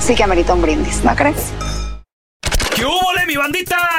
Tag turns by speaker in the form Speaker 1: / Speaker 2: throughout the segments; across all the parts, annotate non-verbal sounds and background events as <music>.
Speaker 1: sí que amerita un brindis, ¿no crees?
Speaker 2: ¿Qué hubo, mi bandita?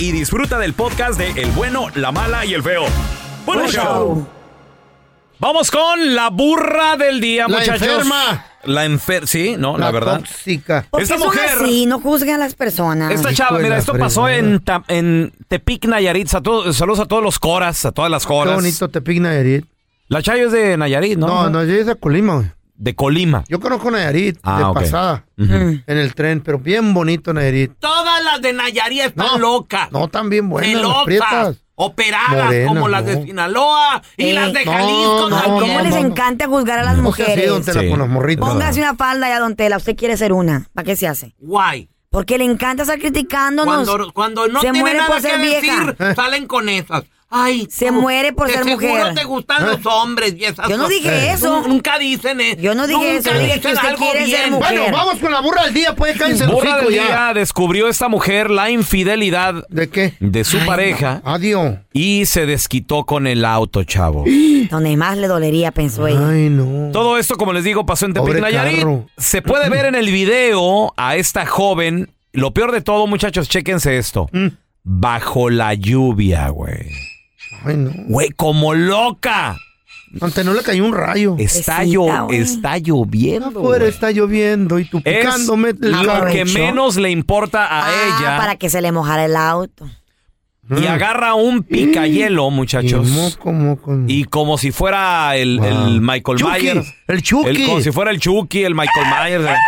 Speaker 2: y disfruta del podcast de El bueno, la mala y el feo. Bueno, show. Vamos con la burra del día,
Speaker 3: La
Speaker 2: muchachos.
Speaker 3: enferma.
Speaker 2: La enfer... Sí, no, la, verdad.
Speaker 3: Tóxica.
Speaker 4: Porque
Speaker 2: Esta
Speaker 4: son
Speaker 2: mujer-
Speaker 4: así, no juzguen a las personas.
Speaker 2: Esta
Speaker 3: Hijo
Speaker 2: chava,
Speaker 3: de
Speaker 2: mira,
Speaker 3: la
Speaker 2: esto pasó
Speaker 3: fregada.
Speaker 2: en, Ta- en Tepic, Nayarit. A todo- saludos a todos los coras, a todas las
Speaker 3: Qué
Speaker 2: coras.
Speaker 3: bonito te pigna Nayarit.
Speaker 2: La Chayo es de Nayarit, ¿no?
Speaker 3: No, no, yo es de Colima, güey.
Speaker 2: De Colima.
Speaker 3: Yo conozco Nayarit
Speaker 2: Ah,
Speaker 3: de
Speaker 2: ok.
Speaker 3: pasada en el tren, pero bien bonito Nayarit.
Speaker 2: Todas las de Nayarit
Speaker 3: No, No, tan bien buenas, las prietas.
Speaker 2: operadas
Speaker 3: Morenas, como las de no.
Speaker 2: Sinaloa y
Speaker 4: Eh, las de
Speaker 3: Jalisco no,
Speaker 4: Ay,
Speaker 3: no,
Speaker 4: ¿Cómo
Speaker 3: no,
Speaker 4: les
Speaker 3: no.
Speaker 4: encanta juzgar a las
Speaker 3: No sea así,
Speaker 4: mujeres?
Speaker 3: don Tela,
Speaker 2: Sí.
Speaker 3: con los morritos.
Speaker 4: Póngase una falda ya, don Tela. Usted quiere ser una. ¿Para qué se hace?
Speaker 2: Guay.
Speaker 4: Porque le encanta estar criticándonos.
Speaker 2: cuando
Speaker 4: no Se tiene muere nada por ser que decir,
Speaker 3: <laughs> vieja.
Speaker 2: salen con esas. Ay,
Speaker 4: Se tú, muere por de ser seguro mujer. te
Speaker 2: gustan los hombres y esas
Speaker 4: Yo no dije
Speaker 3: Eh.
Speaker 4: eso.
Speaker 2: Nunca dicen eh. eso.
Speaker 4: Yo no dije Nunca eso, dije que dicen usted algo quiere bien. ser mujer.
Speaker 3: Bueno, vamos con la burra al día, pues cállense los
Speaker 2: Burra
Speaker 3: hocico
Speaker 2: del
Speaker 3: ya.
Speaker 2: día descubrió esta mujer la infidelidad
Speaker 3: ¿De qué?
Speaker 2: de su pareja
Speaker 3: Adiós.
Speaker 2: y se desquitó con el auto, chavo.
Speaker 4: <gasps> Donde más le dolería, pensó ella.
Speaker 3: Ay, no.
Speaker 2: Todo esto, como les digo, pasó en Tepic,
Speaker 3: Pobre
Speaker 2: Nayarit.
Speaker 3: carro.
Speaker 2: Se puede ver en el video a esta joven. Lo peor de todo, muchachos, chéquense esto.
Speaker 3: Mm.
Speaker 2: Bajo la lluvia, güey.
Speaker 3: Ay, no.
Speaker 2: Güey, como loca.
Speaker 3: Ante no le cayó un rayo.
Speaker 2: Está,
Speaker 4: Pobrecita,
Speaker 2: llo-
Speaker 4: güey.
Speaker 2: está lloviendo.
Speaker 3: Afuera
Speaker 2: güey.
Speaker 3: está lloviendo y tú
Speaker 2: Es
Speaker 3: picándome el
Speaker 2: lo
Speaker 3: carro.
Speaker 2: que menos le importa a
Speaker 4: Ah,
Speaker 2: ella.
Speaker 4: para que se le mojara el auto.
Speaker 3: Mm.
Speaker 2: Y agarra un picayelo,
Speaker 3: Y
Speaker 2: muchachos.
Speaker 3: moco, moco, moco.
Speaker 2: Y como si fuera el,
Speaker 3: Mm. Wow.
Speaker 2: el Michael
Speaker 3: Chucky,
Speaker 2: Myers.
Speaker 3: el Chucky.
Speaker 2: El- como si fuera el Chucky, el Michael Myers.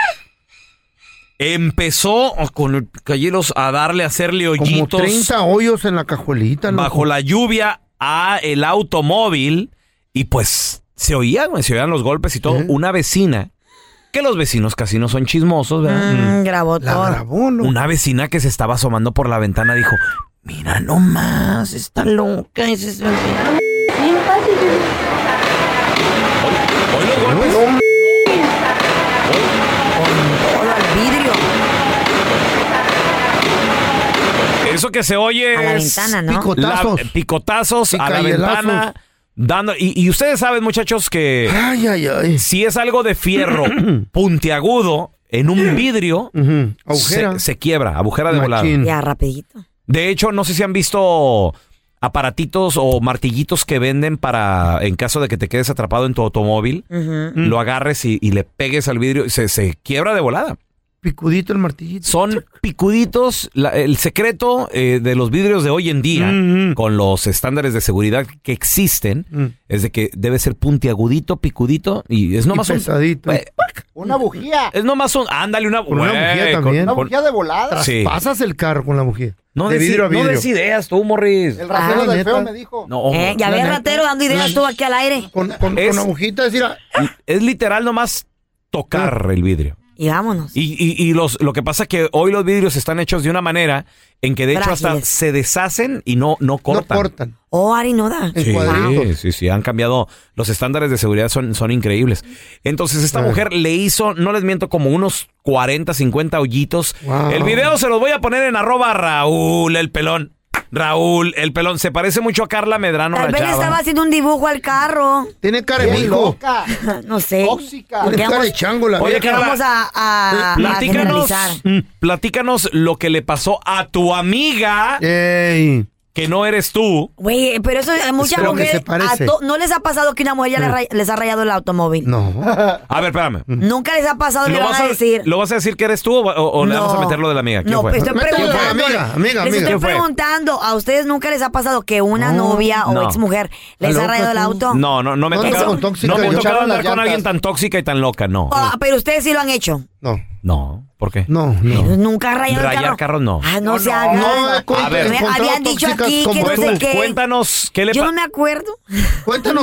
Speaker 2: Empezó con el picayelos a darle, a hacerle
Speaker 3: Como
Speaker 2: hoyitos
Speaker 3: 30 hoyos en la cajuelita. loco.
Speaker 2: bajo la lluvia a el automóvil. Y pues se oían, güey, se oían los golpes y todo.
Speaker 3: Ujú.
Speaker 2: Una vecina, que los vecinos casi no son chismosos, ¿verdad?
Speaker 3: Ah.
Speaker 4: Mm, grabó
Speaker 3: La
Speaker 4: todo.
Speaker 3: grabó, loco.
Speaker 2: Una vecina que se estaba asomando por la ventana dijo, mira nomás, está loca. ese es-
Speaker 4: Todo al vidrio.
Speaker 2: Eso que se oye
Speaker 4: A la
Speaker 2: es
Speaker 4: ventana, ¿no?
Speaker 3: Picotazos.
Speaker 2: la- picotazos a la
Speaker 3: Picayelazos.
Speaker 2: ventana. Dando, y, y ustedes saben, muchachos, que
Speaker 3: Ay, ay, ay.
Speaker 2: si es algo de fierro puntiagudo en un vidrio,
Speaker 3: Ujú. Agujera.
Speaker 2: se, se quiebra, agujera de volada.
Speaker 3: Machín.
Speaker 4: Ya, rapidito.
Speaker 2: De hecho, no sé si han visto aparatitos o martillitos que venden para, en caso de que te quedes atrapado en tu automóvil,
Speaker 4: Ujú.
Speaker 3: Mm.
Speaker 2: lo agarres y, y le pegues al vidrio, se, se quiebra de volada.
Speaker 3: Picudito el martillito.
Speaker 2: Son picuditos, la- el secreto eh, de los vidrios de hoy en día,
Speaker 3: Mm, mm.
Speaker 2: con los estándares de seguridad que existen,
Speaker 3: Mm.
Speaker 2: es de que debe ser puntiagudito, picudito, y es
Speaker 3: Y
Speaker 2: nomás un...
Speaker 3: pesadito.
Speaker 2: Güey,
Speaker 5: Una bujía.
Speaker 2: Es nomás un... Ándale, una...
Speaker 3: Con una
Speaker 2: güey,
Speaker 3: bujía también.
Speaker 5: Una bujía de volada.
Speaker 2: Sí.
Speaker 3: Pasas el carro con la bujía.
Speaker 2: No
Speaker 3: de
Speaker 2: des-
Speaker 3: vidrio a
Speaker 2: no
Speaker 3: vidrio.
Speaker 2: des ideas tú, Morris.
Speaker 5: El
Speaker 3: Ah,
Speaker 5: rasero del
Speaker 3: neta.
Speaker 5: feo me dijo.
Speaker 2: No,
Speaker 4: Eh, ya
Speaker 3: la
Speaker 4: ves,
Speaker 3: neta.
Speaker 4: ratero, dando ideas tú aquí al aire.
Speaker 3: Con, con,
Speaker 2: Oh, Es-
Speaker 3: con agujita, decir, ah,
Speaker 2: es literal nomás tocar el vidrio.
Speaker 4: Y vámonos.
Speaker 2: Y, y- y los, lo que pasa es que hoy los vidrios están hechos de una manera en que de hecho hasta
Speaker 4: Frágiles.
Speaker 2: se deshacen y no, no cortan.
Speaker 3: No cortan.
Speaker 4: Oh, Ari no da.
Speaker 3: En
Speaker 2: Sí,
Speaker 3: cuadritos.
Speaker 2: sí, sí, han cambiado. Los estándares de seguridad son, son increíbles. Entonces, esta mujer le hizo, no les miento, como unos 40, 50 hoyitos.
Speaker 3: Wow.
Speaker 2: El video se los voy a poner en arroba Raúl el pelón. Raúl el pelón. Se parece mucho a Carla Medrano,
Speaker 4: Tal
Speaker 2: la
Speaker 4: vez le
Speaker 2: chava.
Speaker 4: estaba haciendo un dibujo al carro.
Speaker 3: Tiene cara de
Speaker 5: Bien
Speaker 3: mijo.
Speaker 5: loca.
Speaker 4: <laughs> No sé.
Speaker 5: Tóxica.
Speaker 4: ¿Por
Speaker 3: Tiene
Speaker 4: qué
Speaker 3: cara de
Speaker 4: vamos,
Speaker 3: chango la
Speaker 2: Oye,
Speaker 3: vieja.
Speaker 4: qué
Speaker 2: Carla,
Speaker 4: vamos a, a- a
Speaker 2: Platícanos,
Speaker 4: generalizar?
Speaker 2: mm, platícanos lo que le pasó a tu amiga,
Speaker 3: Ey.
Speaker 2: que no eres tú.
Speaker 4: Güey, pero eso a muchas
Speaker 3: Espero que se
Speaker 4: mujeres. a
Speaker 3: parece.
Speaker 4: to- no les ha pasado que una mujer ya le ra- les ha rayado el automóvil.
Speaker 3: No.
Speaker 2: A ver, espérame.
Speaker 3: Mm.
Speaker 4: Nunca les ha pasado, le
Speaker 2: ¿Lo
Speaker 4: van
Speaker 2: vas
Speaker 4: a
Speaker 2: a,
Speaker 4: decir.
Speaker 2: ¿Lo vas a decir que eres tú o, o le vamos a
Speaker 4: No.
Speaker 2: meter lo de la amiga? ¿Quién
Speaker 4: No,
Speaker 2: fue?
Speaker 4: pues, estoy
Speaker 3: Métele,
Speaker 4: preguntando.
Speaker 3: amiga,
Speaker 4: les
Speaker 3: amiga, amiga.
Speaker 4: estoy
Speaker 2: ¿Quién fue?
Speaker 4: preguntando. ¿A ustedes nunca les ha pasado que una novia o
Speaker 2: No.
Speaker 4: exmujer les
Speaker 3: Está
Speaker 4: ha
Speaker 3: loca
Speaker 4: rayado el
Speaker 3: tú.
Speaker 4: auto?
Speaker 2: No, no, no me
Speaker 3: No,
Speaker 2: toca.
Speaker 3: no, con tóxica,
Speaker 2: No me
Speaker 3: le
Speaker 2: toca
Speaker 5: echaron
Speaker 2: andar
Speaker 5: las
Speaker 2: con alguien
Speaker 5: llantas.
Speaker 2: tan tóxica y tan loca, no.
Speaker 4: Ah, pero ustedes sí lo han hecho.
Speaker 3: No.
Speaker 2: No, ¿por qué?
Speaker 3: No, no.
Speaker 4: Nunca rayaron
Speaker 2: Rayar
Speaker 4: el carro.
Speaker 2: carros, no.
Speaker 4: Ah, no,
Speaker 5: No,
Speaker 4: se
Speaker 5: no,
Speaker 4: hagan.
Speaker 3: No, he con-
Speaker 2: A ver.
Speaker 3: he
Speaker 4: Me
Speaker 3: encontrado
Speaker 4: habían dicho
Speaker 3: tóxicas
Speaker 4: aquí que
Speaker 3: como
Speaker 4: no sé
Speaker 3: tú.
Speaker 2: Cuenta-
Speaker 4: qué.
Speaker 2: Cuéntanos qué le
Speaker 4: Yo no
Speaker 2: pasó.
Speaker 4: me acuerdo.
Speaker 3: Cuéntanos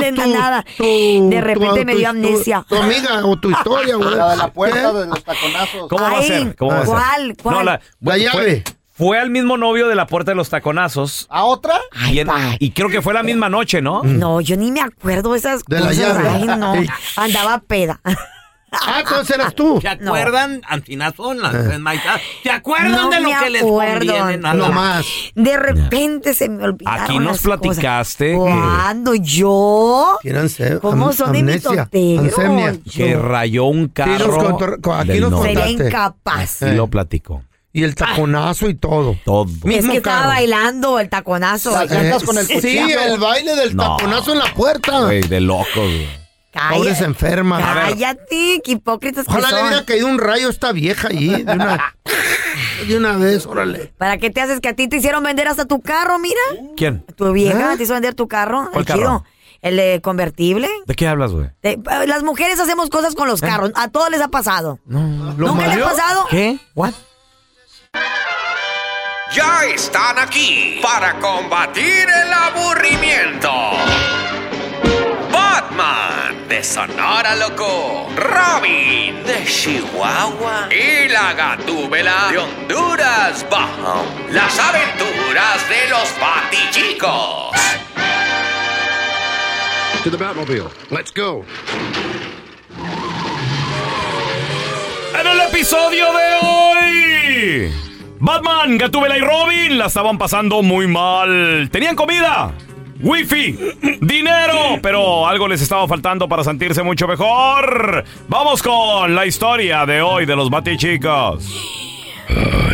Speaker 4: <laughs> de
Speaker 3: tú.
Speaker 4: nada.
Speaker 3: tú-
Speaker 4: de
Speaker 3: tu-
Speaker 4: repente
Speaker 3: tu-
Speaker 4: me dio
Speaker 3: tu-
Speaker 4: amnesia.
Speaker 3: Tu, amiga o tu historia, güey.
Speaker 5: La de la puerta
Speaker 3: ¿Qué?
Speaker 5: de los taconazos.
Speaker 2: ¿Cómo va a
Speaker 4: Ay,
Speaker 2: ser? ¿Cómo va a ser?
Speaker 4: ¿cuál? ¿Cuál?
Speaker 2: No, la,
Speaker 3: La llave.
Speaker 2: Fue al mismo novio de la puerta de los taconazos.
Speaker 5: ¿A otra?
Speaker 4: Ay, Mm.
Speaker 2: y, en-
Speaker 4: pa.
Speaker 2: y creo que fue la misma noche, ¿no?
Speaker 4: <laughs> No, yo ni me acuerdo esas
Speaker 3: De la
Speaker 4: cosas.
Speaker 3: llave.
Speaker 4: Ay, no.
Speaker 3: Ey.
Speaker 4: Andaba peda.
Speaker 3: Ah, entonces eras tú.
Speaker 4: acuerdan?
Speaker 2: Antinazón,
Speaker 3: Eh.
Speaker 2: las tres maitas. ¿Te acuerdan
Speaker 4: No de lo me que les acuerdo. conviene, nada
Speaker 3: No más.
Speaker 4: De repente se me olvidaron
Speaker 2: Aquí nos
Speaker 4: las cosas.
Speaker 2: platicaste que-
Speaker 4: ¿Cuándo? ¿Yo?
Speaker 3: Tienen anse-
Speaker 4: ¿Cómo
Speaker 3: am-
Speaker 4: son de
Speaker 3: amnesia,
Speaker 4: mitoteros?
Speaker 3: ansemia.
Speaker 2: Que
Speaker 4: Yo
Speaker 2: rayó un carro.
Speaker 3: contó- co- aquí
Speaker 2: del
Speaker 3: nos
Speaker 2: novio.
Speaker 3: contaste.
Speaker 4: Sería incapaz.
Speaker 2: Y lo platicó.
Speaker 3: Y el taconazo y todo.
Speaker 2: Todo.
Speaker 4: Es
Speaker 3: mismo
Speaker 4: que estaba
Speaker 3: carro.
Speaker 4: bailando el taconazo.
Speaker 5: Las llantas con el
Speaker 3: eh, Sí,
Speaker 5: cuchillo.
Speaker 3: el baile del
Speaker 2: No.
Speaker 3: taconazo en la puerta.
Speaker 2: Güey, de locos, güey.
Speaker 4: Cállate.
Speaker 3: Pobres enfermas.
Speaker 4: Cállate, qué hipócritas que
Speaker 3: Ojalá le
Speaker 4: son.
Speaker 3: hubiera caído un rayo a esta vieja ahí.
Speaker 4: <laughs>
Speaker 3: De una, de una vez, órale.
Speaker 4: ¿Para qué te haces que a ti te hicieron vender hasta tu carro, mira?
Speaker 2: ¿Quién?
Speaker 4: Tu
Speaker 3: ¿Eh?
Speaker 4: vieja te hizo vender tu carro.
Speaker 2: ¿Cuál
Speaker 4: el chido.
Speaker 2: carro?
Speaker 4: El eh, convertible.
Speaker 2: ¿De qué hablas, güey?
Speaker 4: Te- las mujeres hacemos cosas con los carros. A todos les ha pasado.
Speaker 3: ¿Lo
Speaker 4: ¿Nunca le
Speaker 3: madreó?
Speaker 4: ha pasado?
Speaker 2: ¿Qué? ¿What?
Speaker 6: Ya están aquí para combatir el aburrimiento. Batman de Sonora Loco, Robin de Chihuahua y la Gatúbela de Honduras Bajo. Las aventuras de los Batichicos.
Speaker 2: En el episodio de hoy, Batman, Gatúbela y Robin la estaban pasando muy mal. Tenían comida, wifi, dinero, pero algo les estaba faltando para sentirse mucho mejor. Vamos con la historia de hoy de los Batichicos.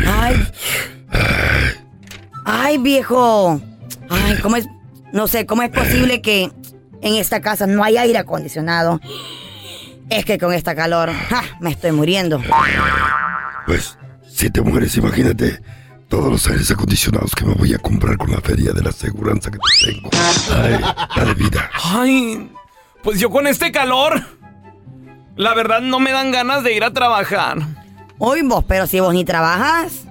Speaker 4: Ay. Ay, viejo. Ay, ¿cómo es? No sé, ¿cómo es posible que en esta casa no haya aire acondicionado? Es que con esta calor, ¡ja! me estoy muriendo.
Speaker 7: Pues, si te mueres, imagínate todos los aires acondicionados que me voy a comprar con la feria de la aseguranza que te tengo. Ay, la de vida.
Speaker 2: Ay, pues yo con este calor, la verdad no me dan ganas de ir a trabajar.
Speaker 4: Hoy vos, pero si vos ni trabajas.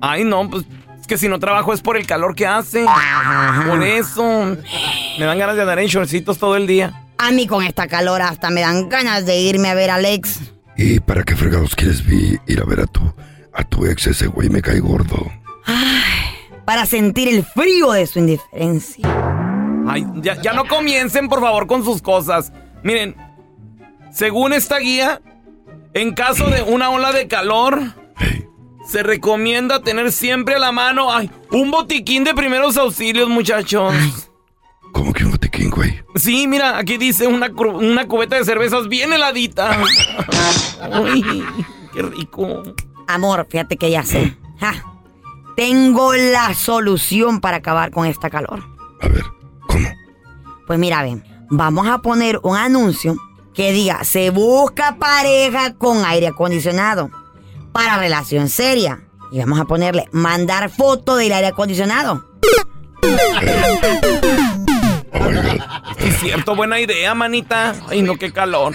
Speaker 2: Ay, no, pues es que si no trabajo es por el calor que hace. Por eso. Me dan ganas de andar en shortcitos todo el día.
Speaker 4: A mí con esta calor hasta me dan ganas de irme a ver a Alex.
Speaker 7: ¿Y para qué fregados quieres vi- ir a ver a tu, a tu ex? Ese güey me cae gordo.
Speaker 4: Para sentir el frío de su indiferencia.
Speaker 2: Ay, ya, ya no comiencen, por favor, con sus cosas. Miren, según esta guía, en caso de una ola de calor, se recomienda tener siempre a la mano ay, un botiquín de primeros auxilios, muchachos.
Speaker 7: ¿Cómo que un botiquín, güey?
Speaker 2: Sí, mira, aquí dice una, cru- una cubeta de cervezas
Speaker 7: <laughs>
Speaker 2: bien heladita. Ay, qué rico.
Speaker 4: Amor, fíjate que
Speaker 7: <clears throat>
Speaker 4: ya sé. ¡Ja! Tengo la solución para acabar con esta calor.
Speaker 7: A ver, ¿cómo?
Speaker 4: Pues mira, ven, vamos a poner un anuncio que diga, se busca pareja con aire acondicionado para relación seria. Y vamos a ponerle, mandar foto del aire acondicionado.
Speaker 2: <laughs> Es cierto, buena idea, manita. Ay, no, qué calor.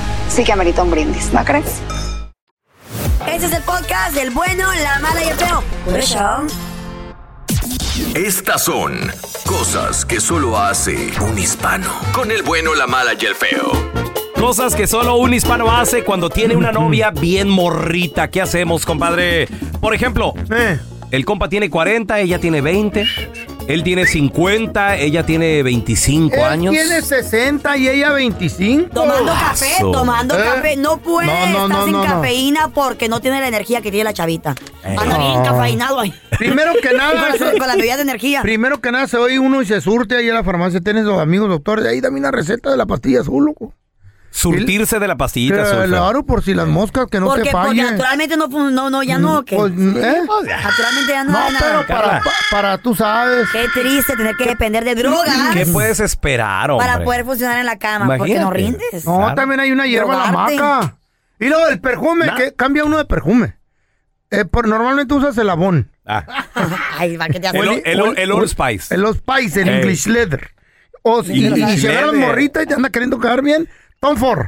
Speaker 1: sí que amerita un brindis, ¿no crees?
Speaker 4: Este es el podcast del bueno, la mala y el feo. Por eso.
Speaker 6: Estas son cosas que solo hace un hispano. Con el bueno, la mala y el feo.
Speaker 2: Cosas que solo un hispano hace cuando tiene
Speaker 3: <laughs>
Speaker 2: una novia bien morrita. ¿Qué hacemos, compadre? Por ejemplo, el compa tiene 40, ella tiene 20. Él tiene 50, ella tiene 25
Speaker 3: Él
Speaker 2: años.
Speaker 3: tiene 60 y ella 25.
Speaker 4: Tomando café,
Speaker 2: Eso.
Speaker 4: tomando
Speaker 3: ¿Eh?
Speaker 4: café. No puede
Speaker 3: No, no,
Speaker 4: estar
Speaker 3: no,
Speaker 4: sin
Speaker 3: no, no.
Speaker 4: cafeína porque no tiene la energía que tiene la chavita. Anda bien
Speaker 3: No.
Speaker 4: cafeinado ahí.
Speaker 3: Primero que nada.
Speaker 4: <laughs> Con su- con la bebida de energía.
Speaker 3: Primero que nada, se oye uno y se surte ahí a la farmacia. Tienes los amigos doctores. Ahí dame una receta de la pastilla azul, loco.
Speaker 2: Surtirse de la pastillita. azul, feo.
Speaker 3: Claro, por si las moscas que no
Speaker 4: porque,
Speaker 3: te
Speaker 4: porque
Speaker 3: fallen.
Speaker 4: naturalmente no, fun- no, no, ya no. ¿qué?
Speaker 3: Pues, ¿eh?
Speaker 4: Naturalmente ya no,
Speaker 3: No,
Speaker 4: da nada.
Speaker 3: pero para, pa- para tú sabes.
Speaker 4: Qué triste tener que depender de drogas
Speaker 2: ¿Qué puedes esperar, hombre?
Speaker 4: para poder funcionar en la cama. Porque no
Speaker 2: Imagínate.
Speaker 4: rindes.
Speaker 3: No, también hay una hierba en la
Speaker 4: Drogarte.
Speaker 3: maca. Y luego el perfume, que cambia uno de perfume. Eh, por- normalmente usas el abón.
Speaker 2: Ah,
Speaker 4: <laughs> Ay, va que te
Speaker 2: el,
Speaker 4: acuerdes.
Speaker 2: el- el Old Spice.
Speaker 3: El Los Spice, el
Speaker 2: Ey.
Speaker 3: English Leather. O si
Speaker 2: English
Speaker 3: y llega la
Speaker 2: leather.
Speaker 3: morrita y te anda queriendo quedar bien, Tom Ford.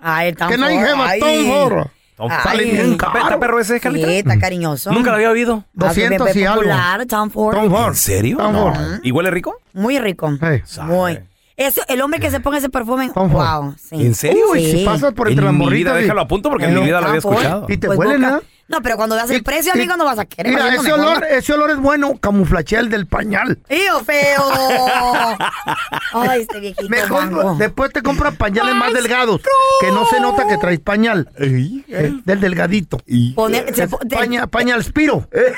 Speaker 4: Ay, el
Speaker 3: Que nadie
Speaker 4: tambor,
Speaker 3: lleva
Speaker 4: ay.
Speaker 3: Tom Ford.
Speaker 2: Tom
Speaker 4: Ah, Ay.
Speaker 3: Sale bien
Speaker 2: Ford. ¿Está
Speaker 3: caro.
Speaker 2: perro ese,
Speaker 4: Sí,
Speaker 2: Carlita?
Speaker 4: está cariñoso.
Speaker 2: Nunca lo había oído.
Speaker 4: Ah, que
Speaker 3: 200
Speaker 4: Pepe
Speaker 3: y algo.
Speaker 4: Popular, Tom Ford.
Speaker 3: Tom Ford.
Speaker 2: ¿En serio?
Speaker 3: Tom
Speaker 2: No.
Speaker 3: Ford.
Speaker 2: ¿Y huele rico?
Speaker 4: Muy rico.
Speaker 3: Ey.
Speaker 4: Muy. Eso, el hombre que se ponga ese perfume,
Speaker 3: Tom Ford.
Speaker 4: wow. sí.
Speaker 2: ¿En serio?
Speaker 3: Uy, si pasas por entre las
Speaker 2: en mi vida,
Speaker 3: morritas. y-
Speaker 2: déjalo a punto porque en
Speaker 3: Ey,
Speaker 2: mi vida lo
Speaker 4: Tom
Speaker 2: había
Speaker 4: Ford.
Speaker 2: escuchado.
Speaker 3: Y te
Speaker 4: Pues
Speaker 3: huele,
Speaker 4: boca.
Speaker 3: ¿no?
Speaker 4: No, pero cuando veas
Speaker 3: Y-
Speaker 4: el precio,
Speaker 3: y-
Speaker 4: amigo, no vas a querer.
Speaker 3: Mira,
Speaker 4: valiendo
Speaker 3: ese
Speaker 4: mejor.
Speaker 3: olor, ese olor es bueno, camuflachea el del pañal.
Speaker 4: ¡Hijo feo! Ay, este viejito
Speaker 3: Mejor
Speaker 4: mango.
Speaker 3: después te compras pañales más delgados, que no se nota que traes pañal. Eh, Del delgadito. Eh,
Speaker 4: Poner- se po- te-
Speaker 3: Paña- pañal Spiro.
Speaker 4: Eh.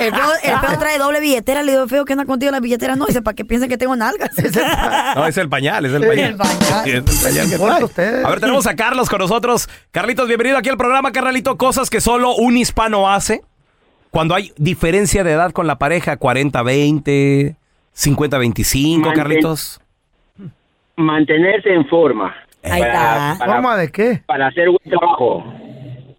Speaker 4: el, feo, el feo trae doble billetera. Le digo, feo, ¿qué anda contigo la billetera? No, dice, ¿para qué piensan que tengo nalgas?
Speaker 2: No, es el pañal, es el pañal.
Speaker 4: El pañal.
Speaker 2: Sí, es el pañal que
Speaker 3: Por
Speaker 2: trae.
Speaker 3: ustedes.
Speaker 2: A ver, tenemos a Carlos con nosotros. Carlitos, bienvenido aquí al programa, Carlito. Cosas que solo un hispano hace cuando hay diferencia de edad con la pareja 40-20, 50-25,
Speaker 8: Manten-
Speaker 2: Carlitos.
Speaker 8: mantenerse en forma.
Speaker 4: Ahí
Speaker 8: Para-
Speaker 4: está.
Speaker 8: para-
Speaker 3: ¿Forma de qué?
Speaker 8: Para hacer buen trabajo.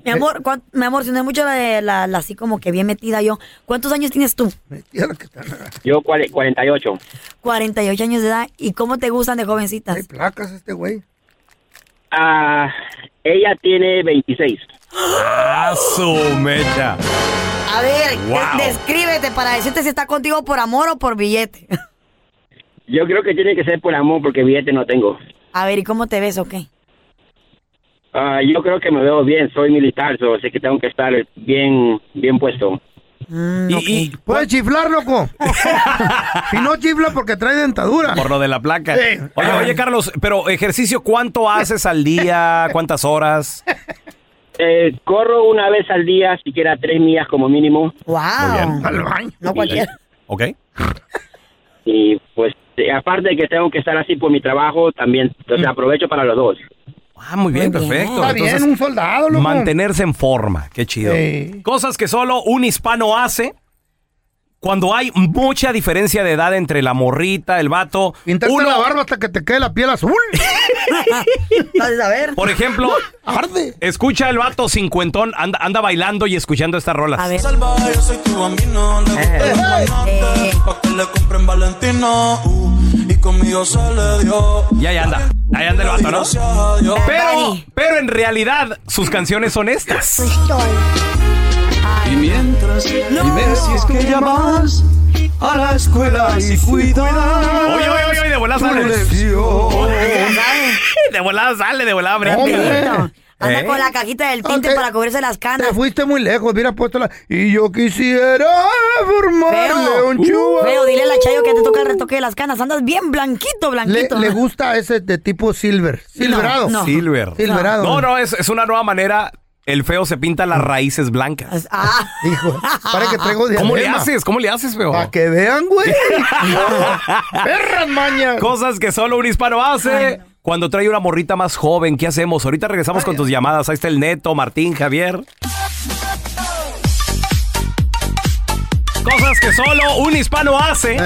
Speaker 4: Mi
Speaker 3: Eh.
Speaker 4: amor, cuán- mi amor, si no es mucho la, de- la, la así como que bien metida yo. ¿Cuántos años tienes tú?
Speaker 3: Mira que está-
Speaker 8: Yo cuare- 48.
Speaker 4: 48 años de edad. ¿Y cómo te gustan de jovencitas?
Speaker 3: Hay placas este güey.
Speaker 8: Ah, ella tiene 26.
Speaker 2: ¡A su mecha!
Speaker 4: A ver, de-
Speaker 2: Wow.
Speaker 4: descríbete para decirte si está contigo por amor o por billete.
Speaker 8: Yo creo que tiene que ser por amor porque billete no tengo.
Speaker 4: A ver, ¿y cómo te ves o qué? <laughs>
Speaker 8: Ah, yo creo que me veo bien, soy militar, so, así que tengo que estar bien bien puesto.
Speaker 2: Y- y
Speaker 3: ¿Puedes chiflar, loco? si no chifla porque trae dentadura.
Speaker 2: por lo de la placa.
Speaker 3: Sí.
Speaker 2: Oye, oye, Carlos, pero ejercicio, ¿cuánto haces al día? ¿Cuántas horas?
Speaker 8: Eh, corro una vez al día, siquiera tres millas como mínimo,
Speaker 4: ¡Wow!
Speaker 3: Al baño.
Speaker 4: No cualquiera.
Speaker 2: ¿Ok?
Speaker 8: y pues eh, aparte de que tengo que estar así por mi trabajo, también entonces
Speaker 3: Mm.
Speaker 8: aprovecho para los dos.
Speaker 2: Ah, muy bien,
Speaker 4: Muy bien.
Speaker 2: perfecto.
Speaker 3: Está bien,
Speaker 2: Entonces,
Speaker 3: un soldado, loco.
Speaker 2: Mantenerse en forma, qué chido.
Speaker 3: Sí.
Speaker 2: Cosas que solo un hispano hace cuando hay mucha diferencia de edad entre la morrita, el vato.
Speaker 3: Pintarte
Speaker 2: Uno,
Speaker 3: la barba hasta que te quede la piel azul.
Speaker 4: Entonces, a ver.
Speaker 2: por ejemplo,
Speaker 3: <laughs> Arde.
Speaker 2: escucha el vato cincuentón, anda, anda bailando y escuchando estas rolas.
Speaker 4: A ver.
Speaker 9: Yo soy tu bambino, le gusta el
Speaker 4: Eh. <laughs> Eh.
Speaker 9: guanate, pa' que le compren Valentino, uh, y conmigo se le dio.
Speaker 2: Y ahí anda, ahí anda el vato, ¿no?
Speaker 9: Gracias a Dios.
Speaker 2: Pero,
Speaker 4: Bunny.
Speaker 2: pero en realidad, sus canciones son estas.
Speaker 9: Y mientras, y ver si es que ya vas a la escuela y cuidas
Speaker 2: Oye, oye, oye, oye, de volada
Speaker 9: tu
Speaker 2: sale.
Speaker 10: <laughs>
Speaker 9: lección.
Speaker 2: De volada sale, de volada,
Speaker 3: Hombre.
Speaker 2: Brenda.
Speaker 4: Anda
Speaker 3: ¿Eh?
Speaker 4: con la cajita del tinte para cubrirse las canas.
Speaker 3: Te fuiste muy lejos, hubiera puesto la... Y yo quisiera formarle
Speaker 4: Feo, Uh.
Speaker 3: un chihuahua.
Speaker 4: feo, dile a la Chayo que te toca el retoque de las canas. Andas bien blanquito,
Speaker 3: Le,
Speaker 4: blanquito.
Speaker 3: le gusta ese de tipo silver. Silverado.
Speaker 4: No.
Speaker 2: Silver.
Speaker 3: Silverado.
Speaker 2: No, no, es, es una nueva manera. El feo se pinta las raíces blancas.
Speaker 3: Hijo, para que traigo
Speaker 2: ¿Cómo le
Speaker 3: diadema.
Speaker 2: haces? ¿Cómo le haces, feo?
Speaker 3: Para que vean,
Speaker 2: <laughs>
Speaker 3: güey. Perras mañas.
Speaker 2: Cosas que solo un hispano hace. Cuando trae una morrita más joven, ¿qué hacemos? Ahorita regresamos con tus llamadas. Ahí está el Neto, Martín, Javier. Cosas que solo un hispano hace.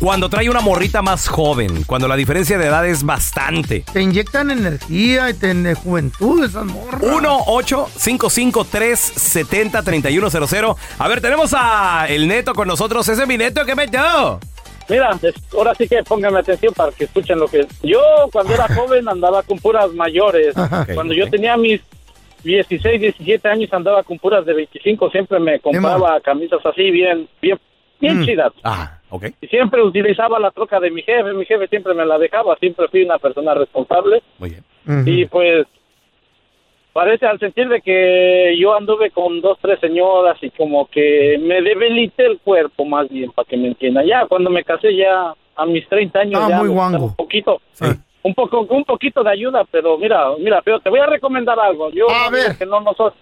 Speaker 2: Cuando trae una morrita más joven, cuando la diferencia de edad es bastante.
Speaker 3: Te inyectan energía y te en juventud esas morras.
Speaker 2: 1-855-370-3100. A ver, tenemos a el Neto con nosotros. Ese es mi Neto, ¿qué metió?
Speaker 10: Mira, es- ahora sí que pónganme atención para que escuchen lo que... Yo cuando era joven andaba con puras mayores. Cuando yo tenía mis 16, 17 años andaba con puras de 25. Siempre me compraba camisas así bien, bien,
Speaker 9: Mm.
Speaker 10: bien chidas.
Speaker 2: Ah, ok.
Speaker 10: Y siempre utilizaba la troca de mi jefe. Mi jefe siempre me la dejaba. Siempre fui una persona responsable.
Speaker 2: Muy bien.
Speaker 10: Y pues parece al sentir de que yo anduve con dos, tres señoras y como que me debilité el cuerpo más bien, para que me entiendan. Ya cuando me casé ya a mis 30 años
Speaker 3: Ah,
Speaker 10: ya
Speaker 3: muy
Speaker 10: me
Speaker 3: guango.
Speaker 10: gustaba un poquito. Un poco un poquito de ayuda, pero mira, mira, pero te voy a recomendar algo. Yo no digo que no nosotros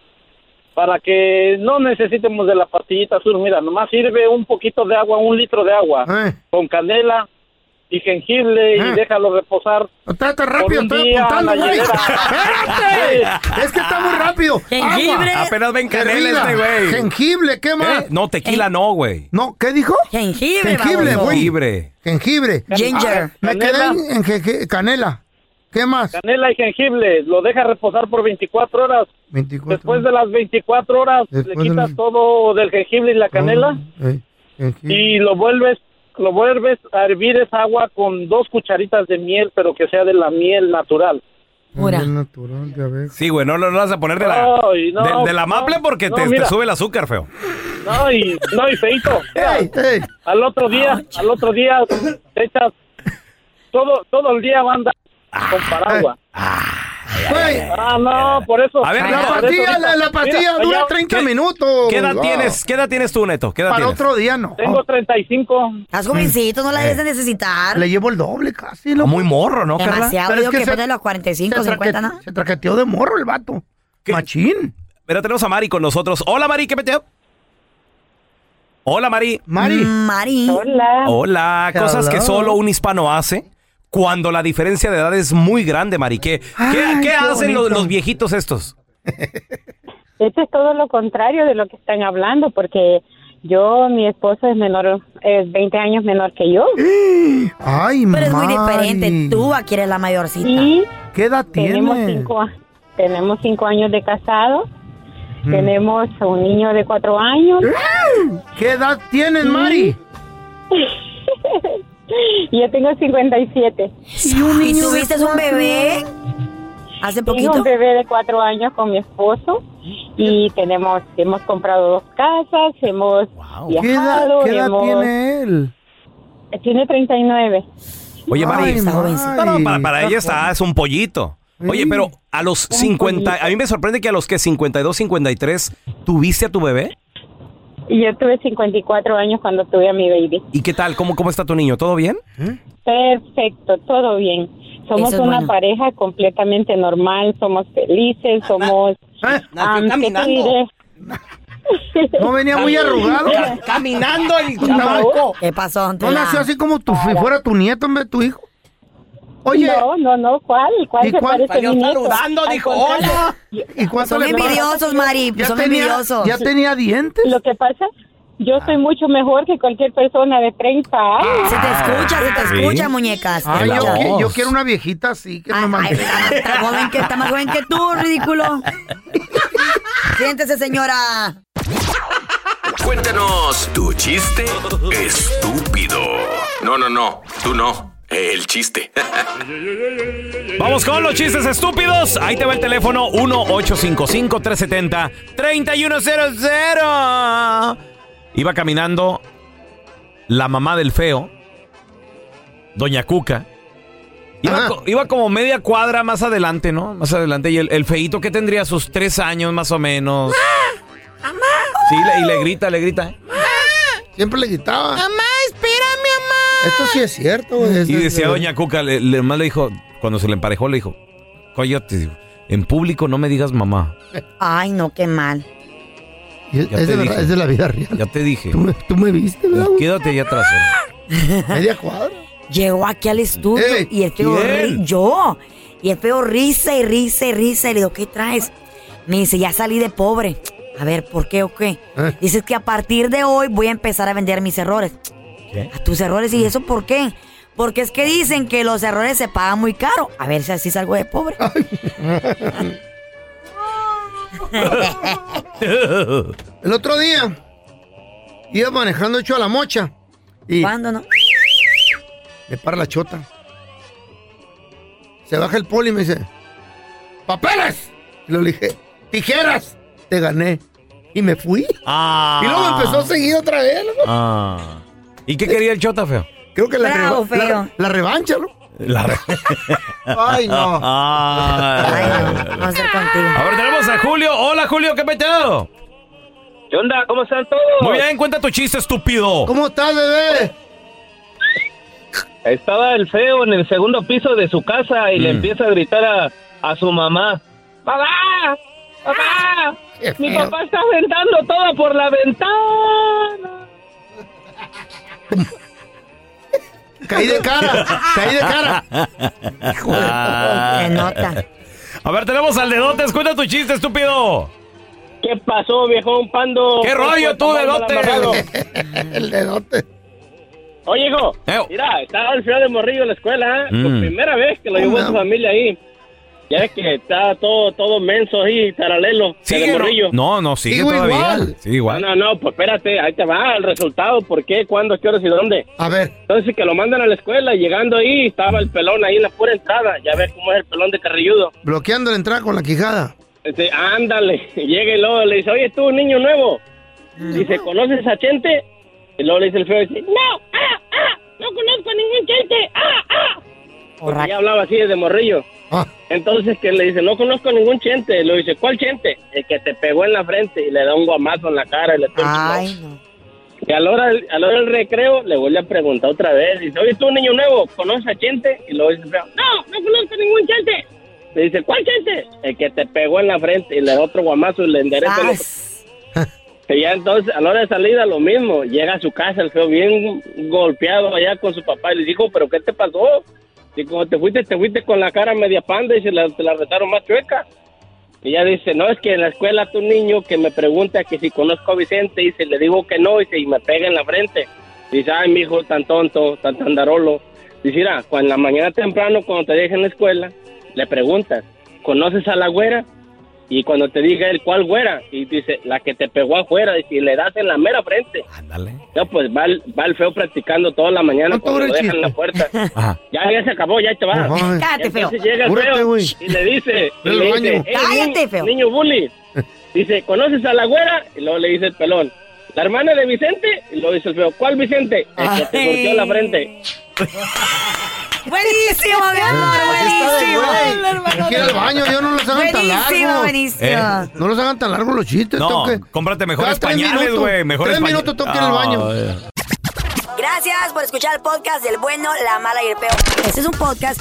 Speaker 10: para que no necesitemos de la pastillita azul, mira, nomás sirve un poquito de agua, un litro de agua con canela y jengibre y déjalo reposar.
Speaker 3: Trata
Speaker 10: Ah. rápido, estoy apuntando,
Speaker 3: Es que está muy rápido.
Speaker 2: Jengibre.
Speaker 3: Agua.
Speaker 2: Apenas ven canela
Speaker 3: Querida.
Speaker 2: este güey.
Speaker 3: Jengibre, ¿qué más?
Speaker 2: Eh, No, tequila no, güey.
Speaker 3: No, ¿qué dijo?
Speaker 4: Jengibre,
Speaker 3: Jengibre,
Speaker 4: baboso.
Speaker 3: güey.
Speaker 2: Jengibre.
Speaker 3: Jengibre.
Speaker 10: Ginger.
Speaker 3: Ah, Me quedé
Speaker 10: Canela.
Speaker 3: en, en jengi- canela. ¿Qué más?
Speaker 10: Canela y jengibre, lo deja reposar por 24 horas.
Speaker 3: 24
Speaker 10: Después de las 24 horas
Speaker 3: Después
Speaker 10: le
Speaker 3: de
Speaker 10: quitas
Speaker 3: las-
Speaker 10: todo del jengibre y la canela
Speaker 3: Eh, jengibre.
Speaker 10: y lo vuelves lo vuelves a hervir esa agua con dos cucharitas de miel, pero que sea de la miel natural.
Speaker 3: Bien natural, ya ves.
Speaker 2: Sí, güey, no lo vas a poner de la,
Speaker 10: Ay, no,
Speaker 2: de- de la
Speaker 10: no,
Speaker 2: maple porque
Speaker 10: no,
Speaker 2: te, te
Speaker 10: mira.
Speaker 2: sube el azúcar, feo.
Speaker 10: No, y, no,
Speaker 2: <laughs>
Speaker 10: y feito. Al otro día, al otro día, te echas todo, todo el día banda con paraguas.
Speaker 2: Ah,
Speaker 10: Ah, no, por eso. Ah,
Speaker 2: A ver,
Speaker 10: por
Speaker 2: la
Speaker 10: eso
Speaker 2: pastilla,
Speaker 10: ahorita-
Speaker 3: la- la pastilla
Speaker 10: Mira,
Speaker 3: dura
Speaker 10: allá-
Speaker 3: 30 ¿Qué- minutos.
Speaker 2: ¿Qué edad,
Speaker 3: Ah.
Speaker 2: tienes, ¿Qué edad tienes tú, Neto? ¿Qué edad
Speaker 3: Para
Speaker 2: tienes?
Speaker 3: otro día no. Eh.
Speaker 10: Tengo 35.
Speaker 4: Estás jovencito, no la debes de necesitar.
Speaker 3: Le llevo el doble casi.
Speaker 2: Ah, Muy morro, ¿no, Carla?
Speaker 4: Demasiado,
Speaker 3: Pero es
Speaker 4: digo
Speaker 3: que
Speaker 4: que
Speaker 3: se-
Speaker 4: fue de los 45, 50, ¿no?
Speaker 3: Se traqueteó de morro el vato. Machín.
Speaker 2: Pero tenemos a Mari con nosotros. Hola, Mari, ¿qué meteo? Hola, Mari. Mm.
Speaker 3: Mari.
Speaker 4: Mari.
Speaker 11: Hola.
Speaker 2: Hola, cosas que
Speaker 11: Hello.
Speaker 2: solo un hispano hace cuando la diferencia de edad es muy grande, Mari. ¿Qué, qué-
Speaker 11: Ay,
Speaker 2: qué
Speaker 11: qué
Speaker 2: hacen los,
Speaker 11: bonito.
Speaker 2: los viejitos estos?
Speaker 11: Esto es todo lo contrario de lo que están hablando, porque yo, mi esposo es menor, es 20 años menor que yo.
Speaker 3: <gasps> Ay,
Speaker 4: Pero es muy diferente. Tú aquí eres la mayorcita.
Speaker 3: ¿Qué edad
Speaker 11: Tenemos
Speaker 4: tiene?
Speaker 11: cinco, a- tenemos cinco años de casado,
Speaker 3: Mm.
Speaker 11: tenemos un niño de cuatro años.
Speaker 3: ¿Qué edad tienes, Mari?
Speaker 11: <laughs> yo tengo 57.
Speaker 4: ¿Y, tuviste un bebé? ¿Hace
Speaker 11: Tengo
Speaker 4: poquito?
Speaker 11: un bebé de cuatro años con mi esposo y tenemos, hemos comprado dos casas, hemos
Speaker 3: ¿Qué edad,
Speaker 11: viajado,
Speaker 3: qué edad
Speaker 11: hemos-
Speaker 3: tiene él?
Speaker 11: Tiene 39.
Speaker 2: Oye, Mari.
Speaker 11: Ay,
Speaker 2: No, no, para, para ella está, es un pollito. Oye, pero a los 50, a mí me sorprende que a los que 52, 53, ¿tuviste a tu bebé?
Speaker 11: Y yo tuve 54 años cuando tuve a mi baby.
Speaker 2: ¿Y qué tal? ¿Cómo, cómo está tu niño? ¿Todo bien?
Speaker 11: Perfecto, todo bien. Somos
Speaker 2: Eso es
Speaker 11: una
Speaker 2: bueno.
Speaker 11: pareja completamente normal, somos felices, somos... am, ¿qué te
Speaker 12: caminando.
Speaker 11: diré?
Speaker 3: No venía muy arrugado.
Speaker 12: Caminando el
Speaker 3: chamaco.
Speaker 4: ¿Qué pasó?
Speaker 3: No nació así como tu, si fuera tu nieto, hombre, tu hijo. Oye.
Speaker 11: No, no, no, ¿cuál? ¿Cuál
Speaker 3: ¿Y
Speaker 11: se
Speaker 3: cuál?
Speaker 11: parece a mi
Speaker 3: Salió
Speaker 11: nieto?
Speaker 3: saludando,
Speaker 11: Al
Speaker 3: dijo,
Speaker 11: contrario.
Speaker 3: "Hola". ¿Y cuánto
Speaker 4: Son
Speaker 3: le pasa?
Speaker 4: envidiosos, Mari,
Speaker 3: Ya
Speaker 4: son
Speaker 3: tenía-
Speaker 4: envidiosos.
Speaker 3: Ya tenía dientes. Ah.
Speaker 11: Lo que pasa, yo soy mucho mejor que cualquier persona de 30 años.
Speaker 4: Se te escucha, se te
Speaker 3: Sí.
Speaker 4: escucha, muñecas. te
Speaker 3: Ay, yo,
Speaker 4: escucha.
Speaker 3: qui- yo quiero una viejita así que me mande.
Speaker 4: Está joven
Speaker 3: <laughs>
Speaker 4: que está más joven
Speaker 2: <laughs>
Speaker 4: que tú, ridículo. Siéntese, señora.
Speaker 13: Cuéntanos tu chiste estúpido. No, no, no, tú no. El chiste. <laughs>
Speaker 2: Vamos con los chistes estúpidos. Ahí te va el teléfono 1-855-370-3100. Iba caminando la mamá del feo, Doña Cuca, Iba, co- iba como media cuadra más adelante, ¿no? Más adelante. Y el, el feíto que tendría sus tres años más o menos. Sí, le- y le grita, le grita. ¿eh?
Speaker 3: Siempre le gritaba.
Speaker 12: Mamá, espérame, mamá.
Speaker 3: Esto sí es cierto, güey.
Speaker 2: Y
Speaker 3: Esto es
Speaker 2: decía
Speaker 3: cierto.
Speaker 2: Doña Cuca, le, le, nomás le dijo, cuando se le emparejó, le dijo, Coyote, dijo, en público no me digas mamá.
Speaker 4: Ay, no, qué mal.
Speaker 2: Ya
Speaker 3: es
Speaker 2: te
Speaker 3: de la-
Speaker 2: dije.
Speaker 3: es de la vida real.
Speaker 2: Ya te dije.
Speaker 3: Tú me viste, ¿verdad?
Speaker 2: Quédate allá atrás.
Speaker 3: Media cuadra.
Speaker 4: Llegó aquí al estudio y el feo
Speaker 2: ¿quién?
Speaker 4: ri- yo. Y el feo risa y risa y risa. Y le digo, ¿qué traes? Me dice, ya salí de pobre. A ver, ¿por qué o qué?
Speaker 3: Eh.
Speaker 4: Dices que a partir de hoy voy a empezar a vender mis errores. A tus errores.
Speaker 3: Mm.
Speaker 4: ¿Y eso por qué? Porque es que dicen que los errores se pagan muy caro. A ver si así salgo de pobre.
Speaker 3: El otro día iba manejando hecho a la mocha. Y
Speaker 4: ¿Cuándo no?
Speaker 3: Me para la chota. Se baja el poli y me dice: ¡Papeles! Y le dije: ¡Tijeras! Te gané. Y me fui.
Speaker 2: Ah.
Speaker 3: Y luego me empezó a seguir otra vez. loco.
Speaker 2: Ah. ¿Y qué quería el chota, feo?
Speaker 3: Creo que la,
Speaker 2: Bravo,
Speaker 3: reva- la-
Speaker 2: feo.
Speaker 3: la revancha, ¿no?
Speaker 2: Ay, <laughs>
Speaker 3: no.
Speaker 4: Vamos a hacer contigo.
Speaker 2: A ver, tenemos a Julio. Hola, Julio, ¿qué peteo?
Speaker 14: ¿Qué onda? ¿Cómo están todos?
Speaker 2: Muy bien, cuenta tu chiste, estúpido.
Speaker 3: ¿Cómo estás, bebé?
Speaker 14: Estaba el feo en el segundo piso de su casa y le
Speaker 2: Mm.
Speaker 14: empieza a gritar a, a su mamá. ¡Mamá! ¡Mamá! ¡Mi
Speaker 15: feo.
Speaker 14: papá está aventando todo por la ventana!
Speaker 3: Caí de cara, caí
Speaker 4: <laughs>
Speaker 2: <laughs>
Speaker 3: de cara.
Speaker 2: Se
Speaker 4: nota.
Speaker 2: A ver, tenemos al dedotes. Cuenta tu chiste, estúpido.
Speaker 14: ¿Qué pasó, viejón pando?
Speaker 2: ¿Qué rollo tú, dedotes?
Speaker 3: El dedote.
Speaker 14: Oye, hijo, mira, estaba el feo de morrillo en la escuela, ¿eh?
Speaker 2: Eh. Mm.
Speaker 14: Por primera vez que lo llevó a su familia ahí. Ya ves que está todo, todo menso ahí, paralelo, de
Speaker 2: ¿no?
Speaker 14: morrillo.
Speaker 2: No, no, sigue
Speaker 14: Sigo
Speaker 2: todavía.
Speaker 14: igual.
Speaker 2: Sigue igual.
Speaker 14: No, no, no, pues espérate, ahí te va el resultado, por qué, cuándo, qué horas y dónde.
Speaker 3: A ver.
Speaker 14: Entonces que lo mandan a la escuela, y llegando ahí, estaba el pelón ahí en la pura entrada, ya ves cómo es el pelón de carrilludo.
Speaker 3: Bloqueando la entrada con la quijada.
Speaker 14: Dice, Este, ándale, <laughs> llega y luego le dice, oye tú, niño nuevo, dice, ¿conoces a Chente? Y luego le dice el feo, dice, no, ah, ah, no conozco a ningún Chente, ah, ah. Porque ya hablaba así desde morrillo.
Speaker 4: Ah.
Speaker 14: Entonces que le dice, no conozco a ningún Chente, le dice, ¿cuál Chente? El que te pegó en la frente y le da un guamazo en la cara y le tumba.
Speaker 4: Ay, no.
Speaker 14: Y a la, hora, del- a la hora del recreo le vuelve a preguntar otra vez. Dice, oye, tú, niño nuevo, ¿conoces a Chente? Y luego dice, el feo, no, no conozco a ningún Chente. Le dice, ¿cuál Chente? El que te pegó en la frente y le da otro guamazo y le endereza. el otro. <laughs> Y ya entonces, a la hora de salida, lo mismo. Llega a su casa el feo bien golpeado allá con su papá y le dijo, ¿pero qué te pasó? Y como te fuiste, te fuiste con la cara media panda y se la, te la retaron más chueca. Y ella dice, no, es que en la escuela tu niño que me pregunta que si conozco a Vicente y se le digo que no y, se, y me pega en la frente. Dice, ay, mi hijo, tan tonto, tan tandarolo. Dice, mira, cuando en la mañana temprano, cuando te dejen en la escuela, le preguntas, ¿conoces a la güera? Y cuando te diga el cuál güera, y dice, la que te pegó afuera, dice, y le das en la mera frente. No, pues va el, va el feo practicando toda la mañana cuando lo dejan en la puerta. Ya, ya se acabó, ya te vas.
Speaker 15: Ay.
Speaker 4: Cállate, feo.
Speaker 14: Entonces llega el
Speaker 15: Apúrate,
Speaker 14: feo
Speaker 15: güey.
Speaker 14: y le dice, y
Speaker 15: Ve
Speaker 14: le
Speaker 15: al
Speaker 14: dice,
Speaker 15: baño.
Speaker 14: "Eh,
Speaker 15: Cállate,
Speaker 14: niño-
Speaker 15: feo.
Speaker 14: Niño bully. Dice, ¿conoces a la güera? Y luego le dice el pelón, la hermana de Vicente. Y luego dice el feo, ¿cuál Vicente? El que te
Speaker 15: Ay.
Speaker 14: golpeó la frente.
Speaker 4: Buenísimo, mi amor, buenísimo.
Speaker 3: Hay que ir al baño, yo no los hagan tan largos.
Speaker 4: Buenísimo, buenísimo.
Speaker 2: Eh.
Speaker 3: No los hagan tan largos los chistes.
Speaker 2: No,
Speaker 3: tengo que-
Speaker 2: cómprate mejores
Speaker 3: Cada tres
Speaker 2: pañales,
Speaker 3: minutos,
Speaker 2: güey. Mejores
Speaker 3: tres
Speaker 2: pañales. Ah,
Speaker 3: minutos tengo que ir al baño.
Speaker 4: Gracias por escuchar el podcast del bueno, la mala y el peor. Este es un podcast